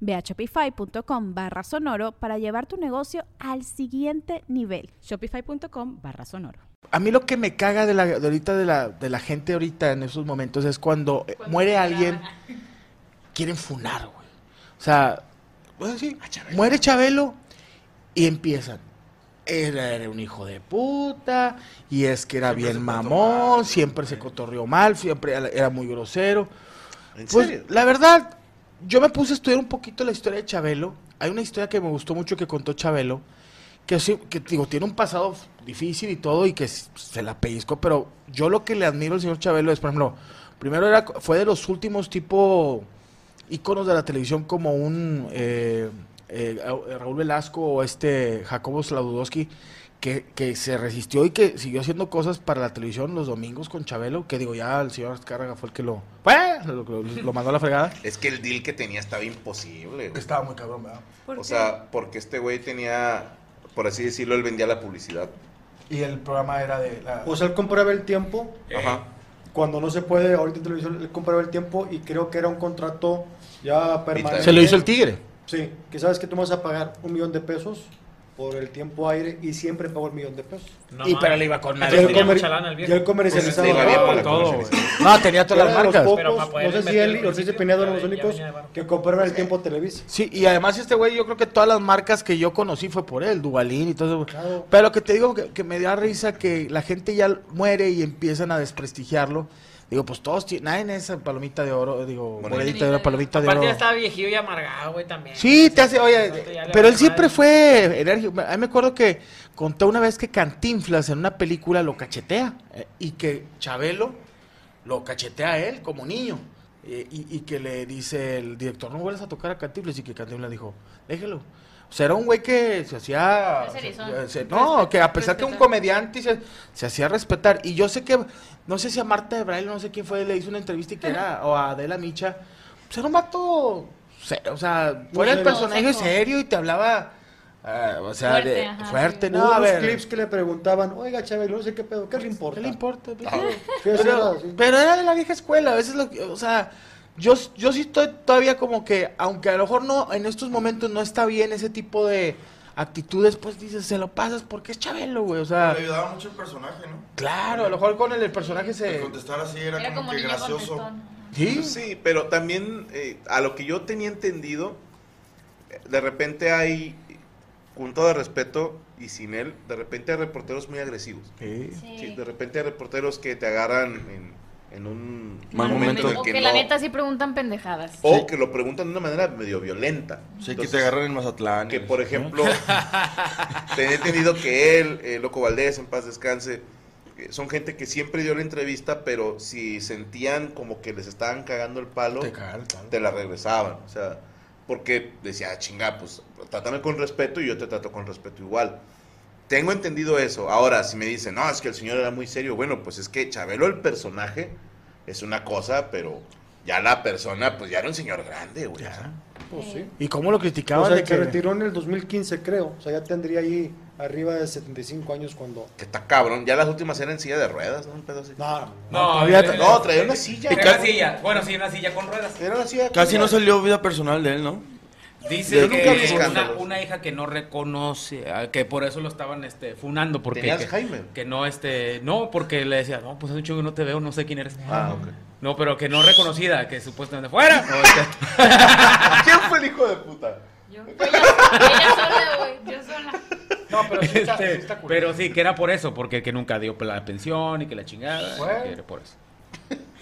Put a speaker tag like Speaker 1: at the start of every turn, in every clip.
Speaker 1: Ve a shopify.com barra sonoro para llevar tu negocio al siguiente nivel.
Speaker 2: Shopify.com barra sonoro.
Speaker 3: A mí lo que me caga de, la, de ahorita de la, de la gente ahorita en esos momentos es cuando, cuando muere alguien, quieren funar, güey. O sea, pues sí, Chabelo. muere Chabelo y empiezan. Era, era, un hijo de puta, y es que era siempre bien mamón, mal, siempre se cotorrió mal, siempre era muy grosero. ¿En pues serio? la verdad, yo me puse a estudiar un poquito la historia de Chabelo. Hay una historia que me gustó mucho que contó Chabelo, que, que digo, tiene un pasado difícil y todo, y que se la pellizco, pero yo lo que le admiro al señor Chabelo es, por ejemplo, primero era, fue de los últimos tipo íconos de la televisión como un eh, eh, Raúl Velasco o este Jacobo Sladudowski, que, que, se resistió y que siguió haciendo cosas para la televisión los domingos con Chabelo, que digo, ya el señor Azcárraga fue el que lo, ¡eh! lo, lo, lo, mandó a la fregada.
Speaker 4: Es que el deal que tenía estaba imposible. Güey.
Speaker 3: Estaba muy cabrón, ¿verdad?
Speaker 4: O qué? sea, porque este güey tenía, por así decirlo, él vendía la publicidad.
Speaker 3: Y el programa era de... La...
Speaker 5: O sea, él compraba el tiempo.
Speaker 3: Eh,
Speaker 5: Ajá. Cuando no se puede, ahorita en televisión, él compraba el tiempo y creo que era un contrato ya permanente.
Speaker 3: ¿Se lo hizo el tigre?
Speaker 5: Sí, que sabes que tú vas a pagar un millón de pesos por el tiempo aire y siempre pagó el millón de pesos.
Speaker 3: No, y pero le iba con
Speaker 5: madre. Yo el, comercializaba
Speaker 3: pues todo. No, tenía todas las marcas.
Speaker 5: Pocos, pero para poder no sé si él y Ortiz Pinedo eran los únicos que compraron el tiempo Televisa.
Speaker 3: Sí, y además este güey, yo creo que todas las marcas que yo conocí fue por él, Dubalín y todo eso. Claro. Pero lo que te digo que, que me da risa que la gente ya muere y empiezan a desprestigiarlo. Digo, pues todos tienen. Nadie en esa palomita de oro. Digo, monedita de oro, palomita de oro.
Speaker 6: ya estaba viejillo y amargado, güey, también.
Speaker 3: Sí, te hace. Oye, pero él siempre fue enérgico. A mí me acuerdo que contó una vez que Cantinflas en una película lo cachetea. Eh, y que Chabelo lo cachetea a él como niño. Eh, y, y, que le dice el director, no vuelvas a tocar a Cantinflas. Y que Cantinflas dijo, déjelo. O sea, era un güey que se hacía... Se, se, no, que a pesar respetar. que un comediante se, se hacía respetar. Y yo sé que, no sé si a Marta de Braille, no sé quién fue, le hizo una entrevista y que era, o a Adela Micha, pues era un vato, o sea, fuera el personaje no, serio y te hablaba... Uh, o sea, fuerte, de, ajá, fuerte sí. no,
Speaker 5: Hubo
Speaker 3: a
Speaker 5: ver. clips que le preguntaban, oiga, Chabelo, no sé qué pedo, ¿qué le importa?
Speaker 3: ¿Qué le importa? pero, pero, era de la vieja escuela, a veces lo que, o sea, yo, yo sí estoy todavía como que, aunque a lo mejor no, en estos momentos no está bien ese tipo de actitudes, pues dices, se lo pasas porque es Chabelo, güey, o sea...
Speaker 7: Le ayudaba mucho el personaje, ¿no?
Speaker 3: Claro, a lo mejor con el, el personaje se...
Speaker 7: El contestar así era, era como, como, que gracioso. Contestón.
Speaker 4: ¿Sí? sí, pero también eh, a lo que yo tenía entendido, eh, de repente hay, con todo respeto y sin él, de repente hay reporteros muy agresivos.
Speaker 3: Sí.
Speaker 4: sí de repente hay reporteros que te agarran en en un
Speaker 8: mal momento, momento. En que o que, no... la neta sí preguntan pendejadas.
Speaker 4: O sí. que lo preguntan de una manera medio violenta.
Speaker 7: Sí, Entonces, que te agarran en Mazatlán.
Speaker 4: Que, por ejemplo, he entendido que él, eh, Loco Valdés, en paz descanse, eh, son gente que siempre dio la entrevista, pero si sentían como que les estaban cagando el palo,
Speaker 3: te, cagan, claro.
Speaker 4: te la regresaban. O sea, porque decía, ah, chinga, pues trátame con respeto y yo te trato con respeto igual. Tengo entendido eso. Ahora, si me dicen, no, es que el señor era muy serio, bueno, pues es que Chabelo, el personaje, es una cosa, pero ya la persona, pues ya era un señor grande, güey.
Speaker 3: Pues, sí. ¿Y cómo lo criticaban? O
Speaker 5: sea, de que, que retiró en el 2015, creo. O sea, ya tendría ahí arriba de 75 años cuando.
Speaker 4: Que está cabrón. Ya las últimas eran en silla de ruedas, ¿no? Un pedo así.
Speaker 5: No, no,
Speaker 9: eh,
Speaker 4: no, había... no traía una silla.
Speaker 6: Era una silla. Bueno, sí, una silla con ruedas.
Speaker 4: Era una silla.
Speaker 7: Casi ruedas. no salió vida personal de él, ¿no?
Speaker 6: Dice Yo que una, una, hija que no reconoce, que por eso lo estaban este, funando. Porque,
Speaker 4: ¿Tenías
Speaker 6: que,
Speaker 4: Jaime?
Speaker 6: Que no, este, no, porque le decía, no, pues es un chico que no te veo, no sé quién eres.
Speaker 4: Ah, ok.
Speaker 6: No, pero que no reconocida, que supuestamente fuera. No, este.
Speaker 4: ¿Quién fue el hijo de puta?
Speaker 8: Yo. Ella, ella sola, güey, yo sola.
Speaker 6: No,
Speaker 9: No, pero sí está- sí
Speaker 6: Este,
Speaker 9: está culero.
Speaker 6: pero sí, que era por eso, porque que nunca dio la pensión y que la chingada.
Speaker 9: Bueno.
Speaker 6: que era por eso.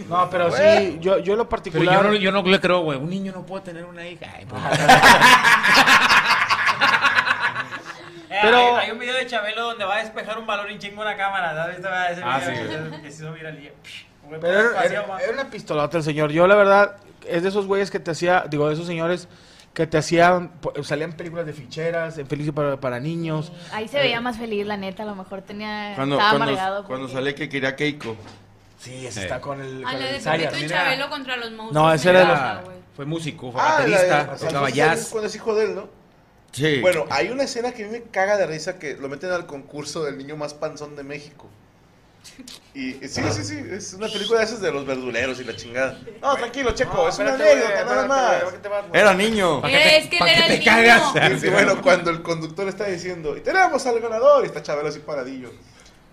Speaker 9: No, pero sí.
Speaker 10: Sí, yo, yo en lo
Speaker 6: Pero yo
Speaker 10: particular.
Speaker 6: no, yo no le creo, güey. Un niño no puede tener una hija. Ay, pues,
Speaker 10: Pero-
Speaker 9: Hay, hay un video de Chabelo donde va a despejar un balón y chingo una cámara. ¿Has visto ese
Speaker 6: Ah,
Speaker 9: video? que se hizo viral.
Speaker 10: Pero
Speaker 9: pues,
Speaker 10: era, era- era una pistolota el señor. Yo, la verdad, es de esos güeyes que te hacía, digo, de esos señores que te hacían, po- salían películas de ficheras, en películas para, para niños.
Speaker 8: Ahí se veía más feliz, la neta. A lo mejor tenía.
Speaker 11: Cuando,
Speaker 8: estaba
Speaker 11: cuando,
Speaker 8: amargado.
Speaker 11: cuando
Speaker 8: porque-
Speaker 11: sale que quería Keiko.
Speaker 10: Sí, ese
Speaker 6: Eh.
Speaker 10: está con el.
Speaker 8: Ah,
Speaker 12: A Ah,
Speaker 10: con
Speaker 12: la
Speaker 10: el
Speaker 12: de
Speaker 10: Zayas.
Speaker 12: Pepito y
Speaker 6: mira.
Speaker 12: Chabelo contra los monstruos.
Speaker 10: No, ese era
Speaker 12: me
Speaker 10: de los-
Speaker 12: encanta, güey.
Speaker 6: fue músico, fue
Speaker 4: Ah, la de-
Speaker 6: baterista,
Speaker 4: o sea,
Speaker 6: tocaba
Speaker 4: entonces es
Speaker 6: jazz.
Speaker 4: Cuando es hijo de él, ¿no?
Speaker 11: Sí.
Speaker 4: Bueno, hay una escena que a mí me caga de risa que lo meten al concurso del niño más panzón de México. Y y sí, sí, sí, es una película de esas de los verduleros y la chingada. No, tranquilo, Checo, es una anécdota, nada más.
Speaker 11: Era niño.
Speaker 6: Pa' que te-
Speaker 12: Es que
Speaker 6: pa'
Speaker 12: él
Speaker 6: que
Speaker 12: era
Speaker 6: te
Speaker 12: el niño.
Speaker 6: cagas.
Speaker 4: Y bueno, cuando el conductor está diciendo, y tenemos al ganador, y está Chabelo así paradillo.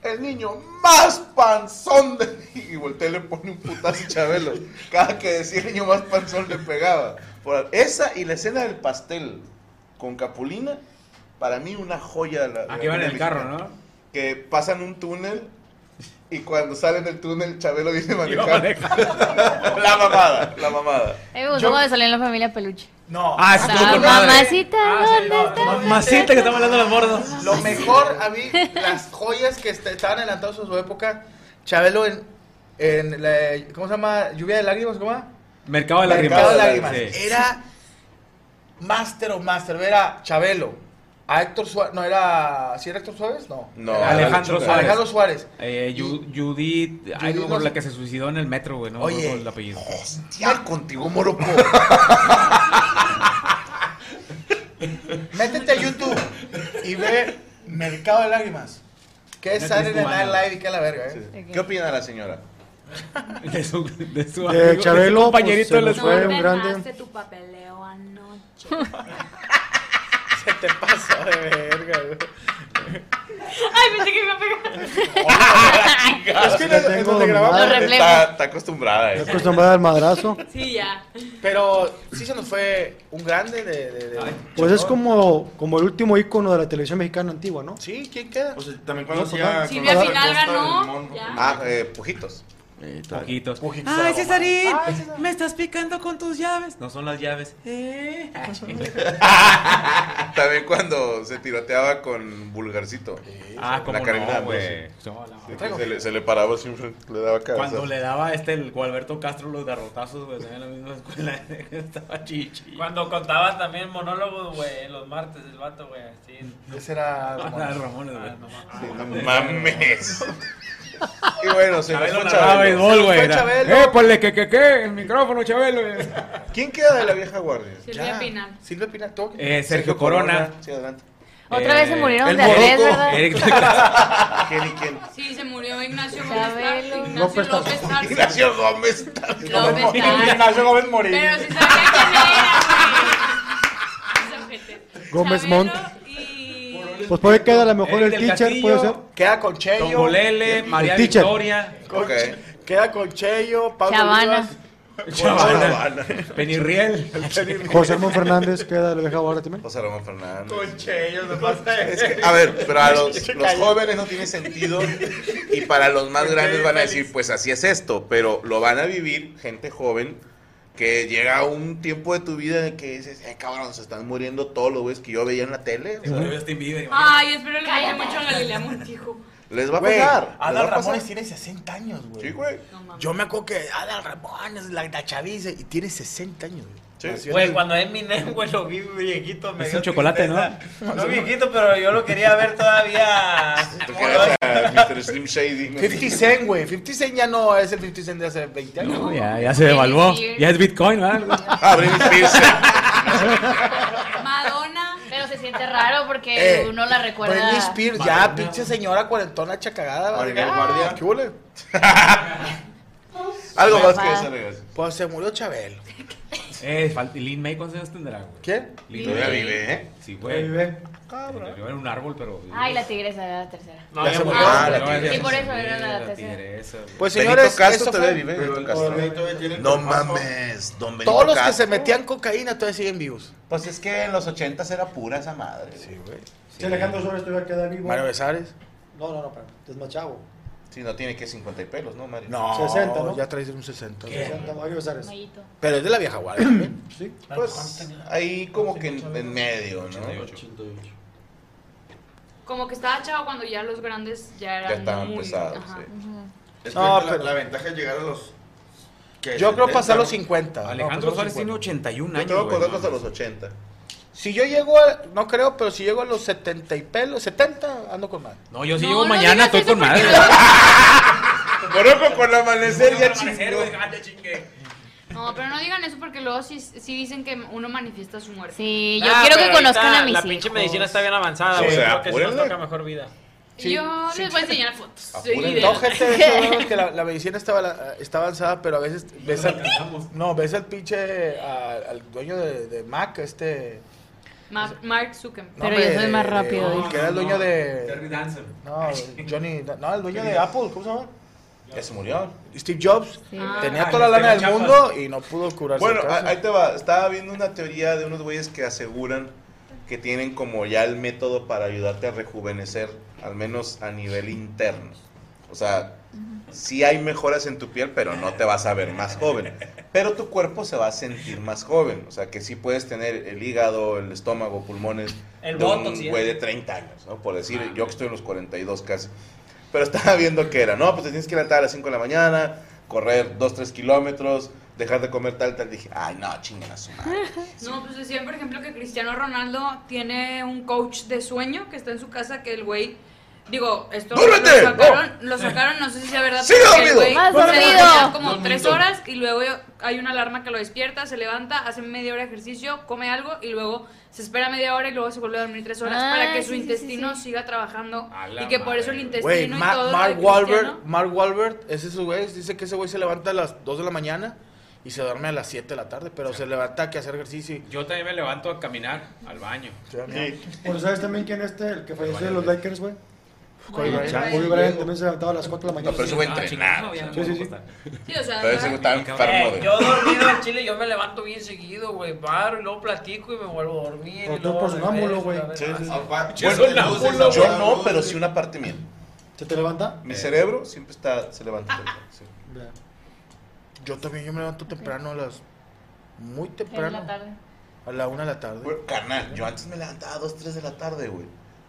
Speaker 4: El niño más panzón de Y voltea y le pone un putazo a Chabelo. Cada que decía el niño más panzón le pegaba. Por- esa y la escena del pastel con Capulina, para mí una joya. de la- de
Speaker 6: Ah,
Speaker 4: la
Speaker 6: que iba en
Speaker 4: comida
Speaker 6: el carro,
Speaker 4: mexicana.
Speaker 6: ¿no?
Speaker 4: Que pasan un túnel y cuando salen del túnel Chabelo dice
Speaker 6: Iba
Speaker 4: manejar.
Speaker 6: manejando.
Speaker 4: La mamada, la mamada.
Speaker 8: A mí me gustó cuando salió en la familia Peluche.
Speaker 9: No.
Speaker 6: Ah, estuvo
Speaker 8: Ah,
Speaker 6: con madre.
Speaker 8: mamacita,
Speaker 9: Ah, sí,
Speaker 8: ¿dónde
Speaker 9: no,
Speaker 8: está?
Speaker 6: Mamacita que estaba hablando de los gordos.
Speaker 9: Lo
Speaker 3: Mejor a mí, las joyas que est- estaban adelantados a su época. Chabelo en. en la- ¿Cómo se llama? Lluvia de lágrimas, ¿cómo se llama?
Speaker 6: Mercado de
Speaker 3: Mercado de
Speaker 6: lágrimas.
Speaker 3: lágrimas.
Speaker 6: Sí.
Speaker 3: Era Master of Master. Era Chabelo. A Héctor Suárez. No, era. ¿Sí era Héctor Suárez? No.
Speaker 4: No,
Speaker 3: Era
Speaker 6: Alejandro
Speaker 4: Suárez.
Speaker 6: Suárez.
Speaker 3: Alejandro Suárez.
Speaker 6: Eh, Yu- Judith, ay, no
Speaker 3: Judith
Speaker 6: me acuerdo,
Speaker 3: no-
Speaker 6: la que se suicidó en el metro, güey, no me
Speaker 3: Oye.
Speaker 6: acuerdo el apellido.
Speaker 4: Hostia, contigo, Moroco.
Speaker 3: Métete a YouTube y ve Mercado de Lágrimas. Que es
Speaker 6: Netflix
Speaker 3: Saturday Night
Speaker 6: cubano.
Speaker 3: Live y que la verga, ¿eh?
Speaker 4: ¿Qué opina la señora?
Speaker 6: De su, de su
Speaker 5: De
Speaker 6: amigo,
Speaker 5: Chabelo,
Speaker 6: de su
Speaker 5: pues,
Speaker 6: compañerito
Speaker 5: se
Speaker 6: de la
Speaker 5: nos
Speaker 6: escuela.
Speaker 5: fue. un
Speaker 12: No
Speaker 5: grande.
Speaker 12: perdaste tu papeleo anoche.
Speaker 3: Se te pasó de verga, güey.
Speaker 12: Ay, pensé que me iba a pegar.
Speaker 4: Es
Speaker 5: que en- en donde grabamos-
Speaker 8: Los reflejos.
Speaker 4: Está, está acostumbrada. eh.
Speaker 5: Acostumbrada al madrazo.
Speaker 12: Sí, ya.
Speaker 3: Pero sí se nos fue un grande de. de- de-
Speaker 5: Pues es como, como el último ícono de la televisión mexicana antigua, ¿no?
Speaker 3: Sí, ¿quién queda?
Speaker 11: O sea, también cuando
Speaker 5: No,
Speaker 11: hacía.
Speaker 12: Si
Speaker 11: cuando
Speaker 12: vi al
Speaker 11: hacía
Speaker 12: final
Speaker 11: Costa del
Speaker 12: ganó.
Speaker 11: Monro.
Speaker 12: Ya.
Speaker 4: Ah, eh, pujitos.
Speaker 11: Ahí está.
Speaker 6: Poquitos.
Speaker 12: Ah,
Speaker 6: Ah,
Speaker 4: Ay,
Speaker 6: Cesarín,
Speaker 3: Ah,
Speaker 6: me estás picando con tus llaves. No son las llaves. Eh.
Speaker 4: También cuando se tiroteaba con Vulgarcito.
Speaker 6: Ah, como
Speaker 4: La Carolina
Speaker 6: no, güey. No, la
Speaker 4: Que Se le, se le paraba siempre, le daba
Speaker 6: Cuando
Speaker 4: cabeza.
Speaker 6: le daba este el Gualberto Castro los garrotazos, güey, en la misma escuela, estaba chichi.
Speaker 9: Cuando contaba también monólogos, güey, los martes, el vato, güey, así.
Speaker 3: Ese era.
Speaker 6: Ah, Ramones,
Speaker 9: Ah, no
Speaker 6: güey.
Speaker 9: mames.
Speaker 4: No mames. y bueno, se nos
Speaker 6: Chabelo
Speaker 4: fue
Speaker 6: narraba
Speaker 4: Chabelo.
Speaker 6: béisbol, güey.
Speaker 3: fue
Speaker 6: era,
Speaker 3: Chabelo.
Speaker 6: Eh, ponle que que que, el micrófono, Chabelo. güey.
Speaker 4: ¿Quién queda de la vieja guardia?
Speaker 12: Silvia Pinal.
Speaker 3: Silvia Pinal, ¿tú?
Speaker 6: Eh, Sergio Corona.
Speaker 4: Sí, adelante.
Speaker 8: Otra vez se
Speaker 6: Eh,
Speaker 8: murieron
Speaker 11: el
Speaker 8: de a tres,
Speaker 11: Morocco.
Speaker 8: ¿verdad?
Speaker 6: Eric-
Speaker 4: ¿Quién y quién?
Speaker 12: Sí, se murió Ignacio
Speaker 8: Chabelo.
Speaker 12: Gómez Tarso. Ignacio
Speaker 5: López Tarso.
Speaker 12: López Tarso.
Speaker 4: Ignacio Gómez. Tarso.
Speaker 12: López Tarso.
Speaker 3: Ignacio Gómez Morín.
Speaker 12: Pero sí sabía quién era, güey. Ese ojete.
Speaker 5: Gómez
Speaker 12: Chabelo
Speaker 5: Montt.
Speaker 12: Y...
Speaker 5: Pues puede que a lo mejor
Speaker 6: Eric
Speaker 5: el
Speaker 6: del
Speaker 5: teacher, puede ser.
Speaker 6: Castillo.
Speaker 3: Queda con Cheyo.
Speaker 6: Tongolele, María
Speaker 5: teacher.
Speaker 6: Victoria,
Speaker 3: con-
Speaker 4: Ok.
Speaker 3: Queda con Cheyo, Pablo
Speaker 8: Chavana.
Speaker 3: Olivas.
Speaker 6: Chavana, Penirriel.
Speaker 5: José Ramón Fernández queda de la vieja guardia también.
Speaker 4: José Ramón Fernández.
Speaker 3: Con Cheyo, no pasa
Speaker 4: Es que, a ver, pero a los, los jóvenes no tiene sentido y para los más grandes van a decir, pues así es esto, pero lo van a vivir gente joven que llega a un tiempo de tu vida en el que dices, eh, cabrón, se están muriendo todos los güeyes que yo veía en la tele. o sea,
Speaker 12: Ay, espero le vaya mucho a Galilea Montijo.
Speaker 4: les va a
Speaker 3: Güey,
Speaker 4: pasar. les va
Speaker 3: Adal
Speaker 4: a pasar.
Speaker 3: Ramones tiene 60 años, güey.
Speaker 4: Sí, güey.
Speaker 12: No mames.
Speaker 3: Yo me acuerdo que Adal Ramones, la, la chaviza, y tiene 60 años, güey.
Speaker 4: Sí.
Speaker 3: Nació en
Speaker 9: Güey,
Speaker 3: el-
Speaker 9: cuando Eminem, güey, lo vi viejito. Me
Speaker 6: Es
Speaker 9: dio
Speaker 6: un chocolate, ¿no?
Speaker 9: tristeza. No viejito, pero yo lo quería ver todavía.
Speaker 4: Tú querías a Mr. Slim Shady. ¿no?
Speaker 3: 50 Cent, güey. 50 Cent ya no es el 50 Cent de hace 20 años. Eh, güey.
Speaker 6: Ya, ya se devaluó. Ya es Bitcoin, ¿verdad?
Speaker 4: Ah, Britney Spears.
Speaker 12: Madonna.
Speaker 8: Pero se siente raro porque
Speaker 3: Eh,
Speaker 8: uno la recuerda.
Speaker 3: Britney Spears, ya, pinche señora cuarentona chacagada.
Speaker 4: Maribel
Speaker 3: ¿verdad?
Speaker 4: Guardia.
Speaker 3: Ah, ¿Qué huele?
Speaker 4: Algo más que
Speaker 8: Papá.
Speaker 4: eso, amigos.
Speaker 3: Pues se murió Chabelo.
Speaker 6: Eh, falta- Lin May, ¿cuántos años tendrá, güey?
Speaker 3: ¿Quién?
Speaker 6: Lin
Speaker 4: Todavía
Speaker 6: May.
Speaker 4: vive, ¿eh?
Speaker 6: Sí, güey.
Speaker 5: Vive.
Speaker 6: Yo era un árbol, pero.
Speaker 8: Ay, la tigresa era la tercera.
Speaker 9: No,
Speaker 3: Ya
Speaker 9: ya
Speaker 3: se
Speaker 9: murió.
Speaker 3: murió.
Speaker 4: Ah, la
Speaker 6: No,
Speaker 4: tigresa.
Speaker 6: ya
Speaker 8: Sí, por
Speaker 6: se
Speaker 8: eso era
Speaker 6: murió,
Speaker 8: la
Speaker 6: la
Speaker 8: tercera.
Speaker 6: tigresa, güey.
Speaker 3: Pues
Speaker 4: Benito
Speaker 3: señores,
Speaker 4: Castro
Speaker 3: esto
Speaker 4: todavía
Speaker 3: fue-
Speaker 4: vive. Benito Castro.
Speaker 11: Ahí todavía tiene el
Speaker 4: No
Speaker 11: cuerpazo.
Speaker 4: mames, don Benito
Speaker 3: Todos los que
Speaker 4: Castro.
Speaker 3: se metían cocaína todavía siguen vivos.
Speaker 4: Pues es que en los ochentas era pura esa madre. Sí, güey.
Speaker 5: Si Alejandro Suárez todavía queda vivo.
Speaker 3: Mario Besares.
Speaker 5: No, no, no, pero es más chavo.
Speaker 4: Sí, no tiene que 50 y pelos, ¿no, Mario?
Speaker 3: No,
Speaker 5: 60, ¿no?
Speaker 3: ya traes un 60.
Speaker 5: Se sienta Mario Besares.
Speaker 3: Pero es de la vieja guardia también.
Speaker 5: Sí.
Speaker 4: Pues ahí como que en, en medio, ¿no?
Speaker 12: Como que estaba chavo cuando ya los grandes ya eran.
Speaker 4: Ya estaban
Speaker 12: muy-
Speaker 4: pesados,
Speaker 12: ajá.
Speaker 4: sí.
Speaker 7: Es
Speaker 3: No,
Speaker 7: que la-
Speaker 3: pero-
Speaker 7: la, ventaja es llegar a los. ¿qué?
Speaker 3: Yo creo
Speaker 7: 70,
Speaker 3: pasar los pues
Speaker 7: ¿no?
Speaker 3: 50.
Speaker 6: Alejandro Suárez tiene 81
Speaker 4: Yo
Speaker 6: años.
Speaker 4: tengo
Speaker 6: güey,
Speaker 4: contrato
Speaker 6: no
Speaker 4: hasta
Speaker 6: mames.
Speaker 4: los 80.
Speaker 3: Si yo llego a, no creo, pero si llego a los 70 y pelos, 70, ando con mal.
Speaker 6: No, yo Pues sí
Speaker 12: No,
Speaker 6: llego
Speaker 12: no
Speaker 6: mañana,
Speaker 12: digas
Speaker 6: estoy
Speaker 12: eso
Speaker 6: con
Speaker 12: porque
Speaker 6: madre.
Speaker 4: Conozco con amanecer ya
Speaker 6: Amanecer,
Speaker 4: chingo.
Speaker 6: güey, ah, ya chingué.
Speaker 12: No, pero no digan eso porque luego sí, sí dicen que uno manifiesta su muerte.
Speaker 8: Sí, yo
Speaker 9: Ah,
Speaker 8: quiero
Speaker 9: pero
Speaker 8: que conozcan
Speaker 9: ahorita
Speaker 8: a mis
Speaker 9: La
Speaker 8: hijos.
Speaker 9: pinche medicina está bien avanzada,
Speaker 4: Sí,
Speaker 9: Ah, güey.
Speaker 4: o sea,
Speaker 9: Creo que sí nos
Speaker 4: apúrenle.
Speaker 9: toca mejor vida.
Speaker 12: Yo les voy a enseñar fotos. y
Speaker 4: Apúrenle.
Speaker 12: videos.
Speaker 3: No, gente, eso, güey, que la, la medicina está, bala- está avanzada, pero a veces ves al, no, ves al pinche, a- al dueño de, de Mac, este...
Speaker 12: Ma- Mark Zuckerberg.
Speaker 3: no,
Speaker 8: Pero
Speaker 3: hombre,
Speaker 8: yo soy más
Speaker 3: de-
Speaker 8: rápido,
Speaker 3: de-
Speaker 8: dice.
Speaker 3: que era el dueño
Speaker 6: Terry
Speaker 3: de...
Speaker 6: Dancer.
Speaker 3: No, Johnny, no, el dueño de Apple, ¿cómo se llama?
Speaker 4: Ya se murió.
Speaker 3: Steve Jobs.
Speaker 12: Ah.
Speaker 3: Tenía toda la
Speaker 6: Ah,
Speaker 3: lana
Speaker 6: está
Speaker 3: del
Speaker 6: en
Speaker 3: mundo y no pudo curarse.
Speaker 4: Bueno,
Speaker 3: el
Speaker 4: a-
Speaker 3: caso.
Speaker 4: ahí te va. Estaba viendo una teoría de unos güeyes que aseguran que tienen como ya el método para ayudarte a rejuvenecer, al menos a nivel interno. O sea, sí hay mejoras en tu piel, pero no te vas a ver más joven. Pero tu cuerpo se va a sentir más joven. O sea, que sí puedes tener el hígado, el estómago, pulmones
Speaker 9: El
Speaker 4: de
Speaker 9: botox,
Speaker 4: un
Speaker 9: ¿sí?
Speaker 4: güey de 30 años, ¿no? Por decir, yo que estoy en los 42 casi. Pero estaba viendo que era, no, pues te tienes que levantar a las 5 de la mañana, correr 2, 3 kilómetros, dejar de comer tal, tal. Dije, ay, no, chingan a su madre.
Speaker 12: No, pues decían, por ejemplo, que Cristiano Ronaldo tiene un coach de sueño que está en su casa, que el güey. Digo, esto
Speaker 4: ¡Duérmete!
Speaker 12: lo sacaron, lo sacaron, no sé si sea Ah, verdad,
Speaker 4: ¡Sigue
Speaker 12: pero que el
Speaker 4: dormido!
Speaker 12: güey
Speaker 8: ¡Más
Speaker 12: se
Speaker 8: dormido!
Speaker 12: dormía como tres horas y luego hay una alarma que lo despierta, se levanta, hace media hora de ejercicio, come algo y luego se espera media hora y luego se vuelve a dormir tres horas
Speaker 8: Ah,
Speaker 12: para que
Speaker 8: sí,
Speaker 12: su
Speaker 8: sí, sí,
Speaker 12: intestino
Speaker 8: sí.
Speaker 12: siga trabajando
Speaker 6: A la
Speaker 12: y que por eso el
Speaker 6: madre.
Speaker 12: intestino
Speaker 3: Güey,
Speaker 12: y
Speaker 3: Ma-
Speaker 12: todo de
Speaker 3: Mark
Speaker 12: Cristiano-
Speaker 3: Wahlberg, Mark Wahlberg, ese es su güey, dice que ese güey se levanta a las 2 de la mañana y se duerme a las 7 de la tarde, pero se levanta que hacer ejercicio y...
Speaker 6: Yo también me levanto a caminar al baño.
Speaker 3: se da miedo.
Speaker 5: Bueno, ¿sabes también quién este? El que falleció de los Lakers, güey.
Speaker 12: Kobe Bryant.
Speaker 5: Kobe Bryant también se levantaba a las 4 de la
Speaker 4: No,
Speaker 5: mañana.
Speaker 4: pero ese güey
Speaker 6: Ah,
Speaker 4: entrenado.
Speaker 6: chingado, ya no
Speaker 5: Sí,
Speaker 6: me
Speaker 5: sí,
Speaker 6: voy a
Speaker 5: sí.
Speaker 6: acostar.
Speaker 12: Sí, o sea,
Speaker 4: Pero ese güey estaba enfermo
Speaker 9: Eh,
Speaker 4: de...
Speaker 9: yo dormido al chile, yo me levanto bien seguido, güey. Paro y luego platico y me vuelvo a dormir.
Speaker 5: Pero
Speaker 9: y
Speaker 5: tú
Speaker 9: luego
Speaker 5: por
Speaker 9: me
Speaker 5: sonámbulo,
Speaker 9: regreso,
Speaker 5: güey.
Speaker 9: la
Speaker 5: Sí,
Speaker 9: verdad.
Speaker 5: sí, sí.
Speaker 7: Aparte,
Speaker 6: Yo
Speaker 7: esas
Speaker 6: soy la
Speaker 7: luces,
Speaker 6: culo,
Speaker 4: Yo
Speaker 7: esas
Speaker 4: no, pero
Speaker 7: luces.
Speaker 4: sí una parte mía.
Speaker 5: ¿Se te levanta?
Speaker 4: Mi cerebro siempre está, se levanta. temprano, sí.
Speaker 5: Vea.
Speaker 3: Yo también, yo me levanto temprano a las... Muy
Speaker 8: En
Speaker 3: temprano,
Speaker 8: la tarde.
Speaker 3: a la 1 de la tarde.
Speaker 4: Güey, carnal, yo antes me levantaba a 2, 3 de la tarde, güey.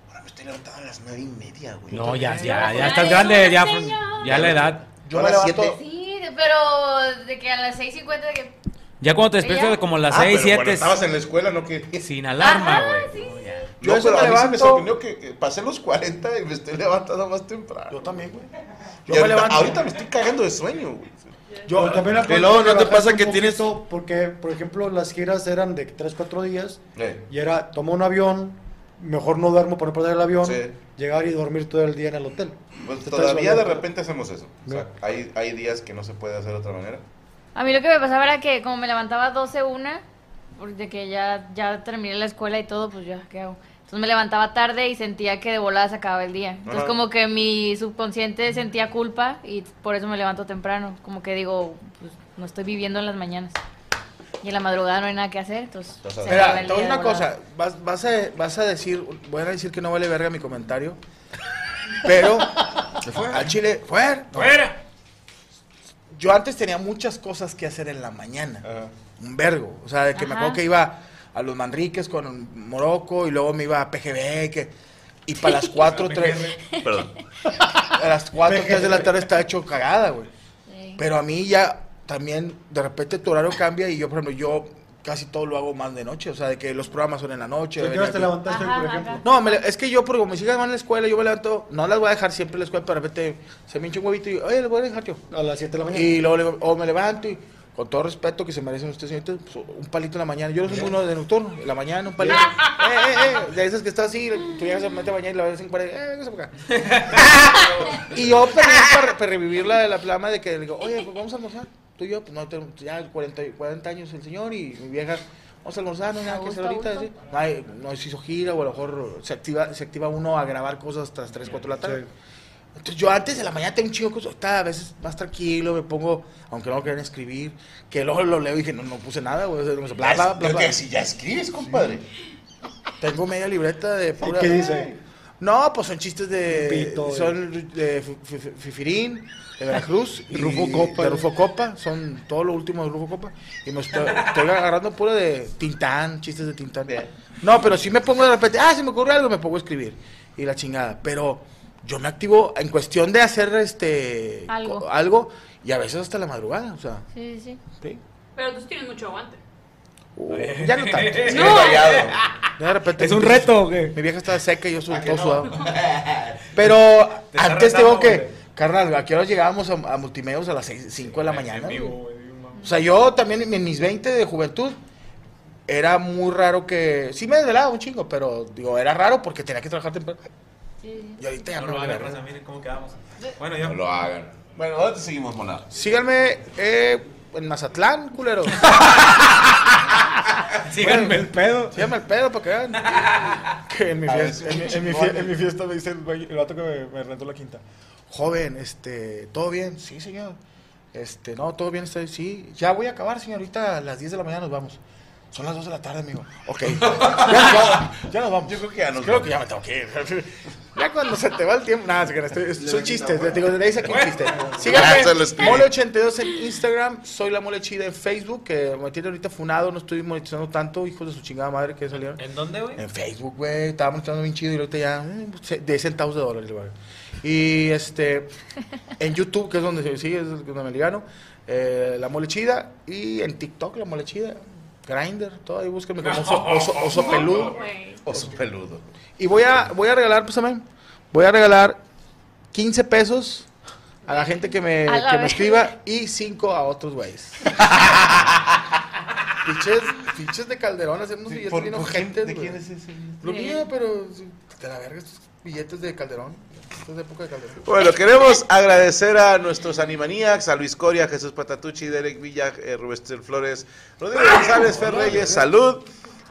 Speaker 4: Ahora me estoy levantando a las 9 y media, güey.
Speaker 6: No, ya, ya, ya
Speaker 8: Ay,
Speaker 6: estás
Speaker 8: es
Speaker 6: grande,
Speaker 8: un
Speaker 6: ya,
Speaker 8: señor.
Speaker 6: ya la edad.
Speaker 3: Yo
Speaker 4: A
Speaker 3: me
Speaker 4: las
Speaker 3: levanto...
Speaker 4: siete.
Speaker 8: Sí, pero de que a las 6.50 de que...
Speaker 6: Ya cuando te despiertas
Speaker 8: Ella-
Speaker 6: de como las
Speaker 4: Ah,
Speaker 6: 6,
Speaker 4: pero cuando
Speaker 6: 7.
Speaker 4: estabas en la escuela, no que.
Speaker 6: Sin alarma,
Speaker 8: Ajá,
Speaker 6: güey.
Speaker 8: sí,
Speaker 6: No,
Speaker 8: sí.
Speaker 6: ya.
Speaker 4: No,
Speaker 3: Yo eso
Speaker 4: pero
Speaker 3: me
Speaker 4: a mí sí me
Speaker 3: levanto-
Speaker 4: sorprendió que, que pasé los 40 y me estoy levantando más temprano.
Speaker 3: Yo también, güey.
Speaker 4: Y
Speaker 3: Yo me
Speaker 4: ahorita,
Speaker 3: levanto...
Speaker 4: ahorita me estoy cagando de sueño, güey.
Speaker 5: Yo también
Speaker 7: Y luego, ¿no te
Speaker 5: levantarse
Speaker 7: pasa
Speaker 5: un
Speaker 7: que tienes-
Speaker 5: poquito, Porque, por ejemplo, las giras eran de 3, 4 días.
Speaker 4: Eh,
Speaker 5: Y era, tomo un avión, mejor no duermo por no perder el avión,
Speaker 4: Sí.
Speaker 5: llegar y dormir todo el día en el hotel.
Speaker 4: pues
Speaker 5: Te estás
Speaker 4: todavía de
Speaker 5: dormido.
Speaker 4: repente hacemos eso. O sea, hay, hay días que no se puede hacer de otra manera.
Speaker 8: A mí lo que me pasaba era que como me levantaba 12, una, porque que ya, ya terminé la escuela y todo, pues ya, ¿qué hago? Entonces me levantaba tarde y sentía que de volada se acababa el día. Entonces
Speaker 4: Ajá.
Speaker 8: como que mi subconsciente sentía culpa y por eso me levanto temprano. Como que digo, pues no estoy viviendo en las mañanas. Y en la madrugada no hay nada que hacer, entonces...
Speaker 4: Entonces,
Speaker 8: se acaba
Speaker 3: Mira,
Speaker 8: el
Speaker 3: te voy a
Speaker 8: día
Speaker 3: decir
Speaker 8: de
Speaker 3: una
Speaker 8: volada.
Speaker 3: cosa. Vas, vas, a, vas a decir, voy a decir que no vale verga mi comentario. Pero, al chile, fuera. No.
Speaker 6: ¡Fuera!
Speaker 3: Yo antes tenía muchas cosas que hacer en la mañana.
Speaker 4: Ajá.
Speaker 3: Un vergo. O sea, de que me
Speaker 8: Ajá.
Speaker 3: acuerdo que iba a los Manriques con Morocco y luego me iba a PGB. Que, y para las 4, 3,
Speaker 4: Perdón.
Speaker 3: a las 4, 3 de la tarde estaba hecho cagada, güey.
Speaker 8: Sí.
Speaker 3: Pero a mí ya también, de repente tu horario cambia y yo, por ejemplo, yo casi todo lo hago más de noche. O sea, de que los programas son en la noche.
Speaker 5: ¿A qué
Speaker 3: ven
Speaker 5: horas te
Speaker 3: aquí.
Speaker 5: levantaste,
Speaker 8: Ajá,
Speaker 5: por
Speaker 8: ajá,
Speaker 5: ejemplo?
Speaker 8: ajá.
Speaker 3: No, me le- es que yo, porque como mis hijas van a la escuela, yo me levanto, no las voy a dejar siempre en la escuela, pero de repente se me hincha un huevito y, oye, les voy a dejar yo.
Speaker 5: A las 7 de la mañana.
Speaker 3: Y luego le digo, o me levanto y, con todo respeto que se merecen ustedes, señoritas, pues, un palito en la mañana. Yo no soy uno de nocturno, en la mañana un palito. eh, eh, eh, de esas que está así, tú llegas a meter a bañar y la ves en cuarenta, eh, véngase para acá. y yo, perdí para, para revivir la, la plama de que le digo, oye, pues vamos a almorzar. Tú y yo, pues no, tengo- ya 40, y- 40 años el señor y mi vieja, vamos a almorzar, no hay nada que hacer ahorita.
Speaker 8: Augusto,
Speaker 3: así. No, hay- no se hizo gira o a lo mejor se activa, se activa uno a grabar cosas hasta las 3, 4 de la tarde. Entonces yo antes de la mañana tengo un chingo de cosas, ahorita a veces más tranquilo, me pongo, aunque no lo quieran escribir, que luego lo leo y dije, no, no puse nada, güey, o sea, bla, bla, bla,
Speaker 4: Creo
Speaker 3: bla.
Speaker 4: que si ya escribes, compadre.
Speaker 3: Tengo media libreta de pura-
Speaker 5: qué dice?
Speaker 3: No, pues son chistes de.
Speaker 5: Pito, eh.
Speaker 3: son de F- F- Fifirín, de Veracruz. y
Speaker 5: Rufo Copa.
Speaker 3: De Rufo Copa. Son todo lo último de Rufo Copa. Y me estoy, estoy agarrando puro de Tintán, chistes de Tintán. No, pero si me pongo de repente, ah, se me ocurre algo, me pongo a escribir. Y la chingada. Pero yo me activo en cuestión de hacer este.
Speaker 12: Algo.
Speaker 3: co- algo y a veces hasta la madrugada, o sea.
Speaker 12: Sí, sí, sí.
Speaker 3: Sí.
Speaker 12: Pero tú tienes mucho aguante.
Speaker 3: Uh, ya no tanto.
Speaker 12: Sí, No. rayado.
Speaker 3: De repente.
Speaker 13: ¿Es un reto o qué?
Speaker 3: Mi vieja estaba seca y yo soy
Speaker 13: ¿A que
Speaker 3: todo
Speaker 13: no?
Speaker 3: sudado. Pero
Speaker 13: Te está
Speaker 3: antes
Speaker 13: retando,
Speaker 3: tengo que. Carnal, ¿a qué hora llegábamos a, a Multimedios a las 5 de la mañana? güey? O sea, yo también en mis 20 de juventud era muy raro que. Sí me desvelaba un chingo, pero digo, era raro porque tenía que trabajar temprano. Y ahorita ya
Speaker 13: No
Speaker 3: no,
Speaker 13: lo
Speaker 3: vale
Speaker 13: hagan,
Speaker 3: verga.
Speaker 13: raza, miren cómo quedamos. Bueno, yo.
Speaker 4: No lo hagan. Bueno, ¿dónde te seguimos, Monar?
Speaker 3: Síganme eh, en Mazatlán, culero.
Speaker 13: Síganme
Speaker 3: Bueno,
Speaker 13: el pedo.
Speaker 3: Síganme el pedo para que vean. Que en mi,
Speaker 13: A ver,
Speaker 3: fiesta,
Speaker 13: sí,
Speaker 3: en, mi- en mi fie-
Speaker 13: chingones.
Speaker 3: en mi fiesta me dice el, güey- el vato que me, me rentó la quinta. Joven, este, ¿todo bien? Sí, señor. Este, no, todo bien, está, sí. Ya voy a acabar, señorita, a las 10 de la mañana nos vamos. Son las 2 de la tarde, amigo. Ok. Ya, ya- ya nos vamos. Yo creo que ya nos Creo que ya me tengo que ir. Ya cuando se te va el tiempo. Nada, es estoy, son chistes. Le digo, le dice aquí un chiste.
Speaker 4: Ya se Ah, lo
Speaker 3: Síganme,
Speaker 4: escribí.
Speaker 3: Mole82 en Instagram. Soy la mole chida en Facebook. Que me tiene ahorita funado. No estoy monetizando tanto. Hijos de su chingada madre que salieron.
Speaker 6: ¿En dónde, güey?
Speaker 3: En Facebook, güey, estaba mostrando bien chido y ahorita ya eh, se- de centavos de dólares, güey. Y este, en YouTube, que es donde se sigue, es donde me ligaron, eh, La Mole Chida, y en TikTok, La Mole Chida, Grindr, todo ahí búsquenme como oso, oso- oso
Speaker 4: No,
Speaker 3: peludo.
Speaker 4: güey. Oso peludo.
Speaker 3: Y voy a, voy a regalar, pues amén, voy a regalar 15 pesos a la gente que me,
Speaker 4: A la
Speaker 3: que me
Speaker 4: vez.
Speaker 3: escriba y 5 a otros güeyes. Fiches, fiches de Calderón, hacemos
Speaker 4: Sí,
Speaker 3: billetes
Speaker 4: por-
Speaker 3: bien
Speaker 4: por quién-
Speaker 3: ojetes,
Speaker 4: ¿de
Speaker 3: güey.
Speaker 4: quién es ese?
Speaker 3: Lo
Speaker 4: Sí.
Speaker 3: mío, pero sí, de la verga estos billetes de Calderón. Esto es de época de Calderón.
Speaker 4: Bueno, queremos agradecer a nuestros Animaniacs, a Luis Coria, Jesús Patatucci, Derek Villa, eh, Rubén Estel Flores, Rodrigo González, Fer Reyes, salud.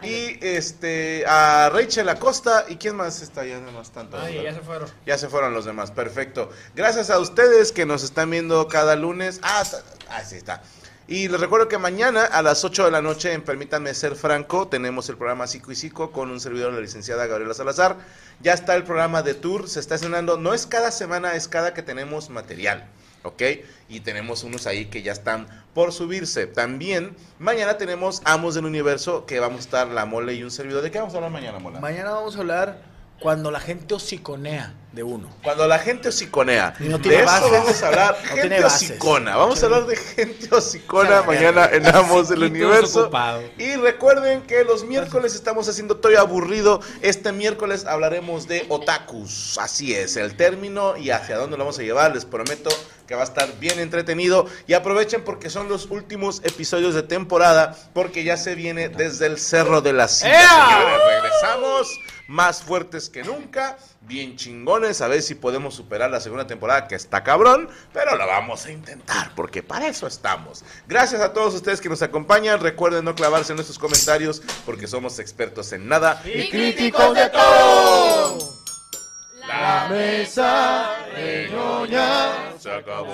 Speaker 4: Y este, a Rachel Acosta. ¿Y quién más está? Ya no más tanto.
Speaker 9: Ay, Ah, ya se fueron.
Speaker 4: Ya se fueron los demás, perfecto. Gracias a ustedes que nos están viendo cada lunes. Ah, ta- ah, sí está. Y les recuerdo que mañana a las 8 de la noche, en Permítanme Ser Franco, tenemos el programa Psico y Psico con un servidor, la licenciada Gabriela Salazar. Ya está el programa de Tour, se está estrenando. No es cada semana, es cada que tenemos material. ¿ok? Y tenemos unos ahí que ya están por subirse. También mañana tenemos Amos del Universo, que vamos a estar la mole y un servidor. ¿De qué vamos a hablar mañana, mola?
Speaker 3: Mañana vamos a hablar cuando la gente hociconea de uno.
Speaker 4: Cuando la gente hociconea.
Speaker 3: Y no
Speaker 4: de
Speaker 3: tiene
Speaker 4: eso
Speaker 3: bases.
Speaker 4: vamos a hablar.
Speaker 3: No tiene
Speaker 4: gente
Speaker 3: bases.
Speaker 4: hocicona. Vamos a hablar de gente hocicona mañana en Amos del
Speaker 6: Chiquitos
Speaker 4: Universo.
Speaker 6: ocupados.
Speaker 4: Y recuerden que los miércoles estamos haciendo Estoy aburrido. Este miércoles hablaremos de otakus. Así es, el término y hacia dónde lo vamos a llevar. Les prometo que va a estar bien entretenido. Y aprovechen porque son los últimos episodios de temporada. Porque ya se viene desde el Cerro de la Silla. señores. Regresamos más fuertes que nunca. Bien chingones. A ver si podemos superar la segunda temporada que está cabrón. Pero la vamos a intentar porque para eso estamos. Gracias a todos ustedes que nos acompañan. Recuerden no clavarse en nuestros comentarios porque somos expertos en nada.
Speaker 7: Y críticos de todo. La mesa reñoña
Speaker 4: Se acabó.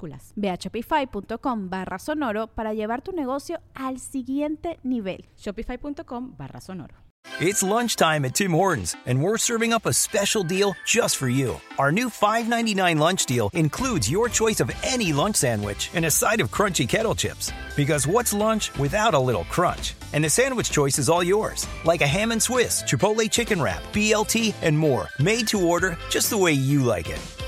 Speaker 1: Ve a shopify.com barra sonoro para llevar tu negocio al siguiente nivel.
Speaker 2: Shopify.com barra sonoro.
Speaker 14: It's lunchtime at Tim Hortons, and we're serving up a special deal just for you. Our new $5.99 lunch deal includes your choice of any lunch sandwich and a side of crunchy kettle chips. Because what's lunch without a little crunch? And the sandwich choice is all yours, like a ham and Swiss, Chipotle chicken wrap, BLT, and more, made to order just the way you like it.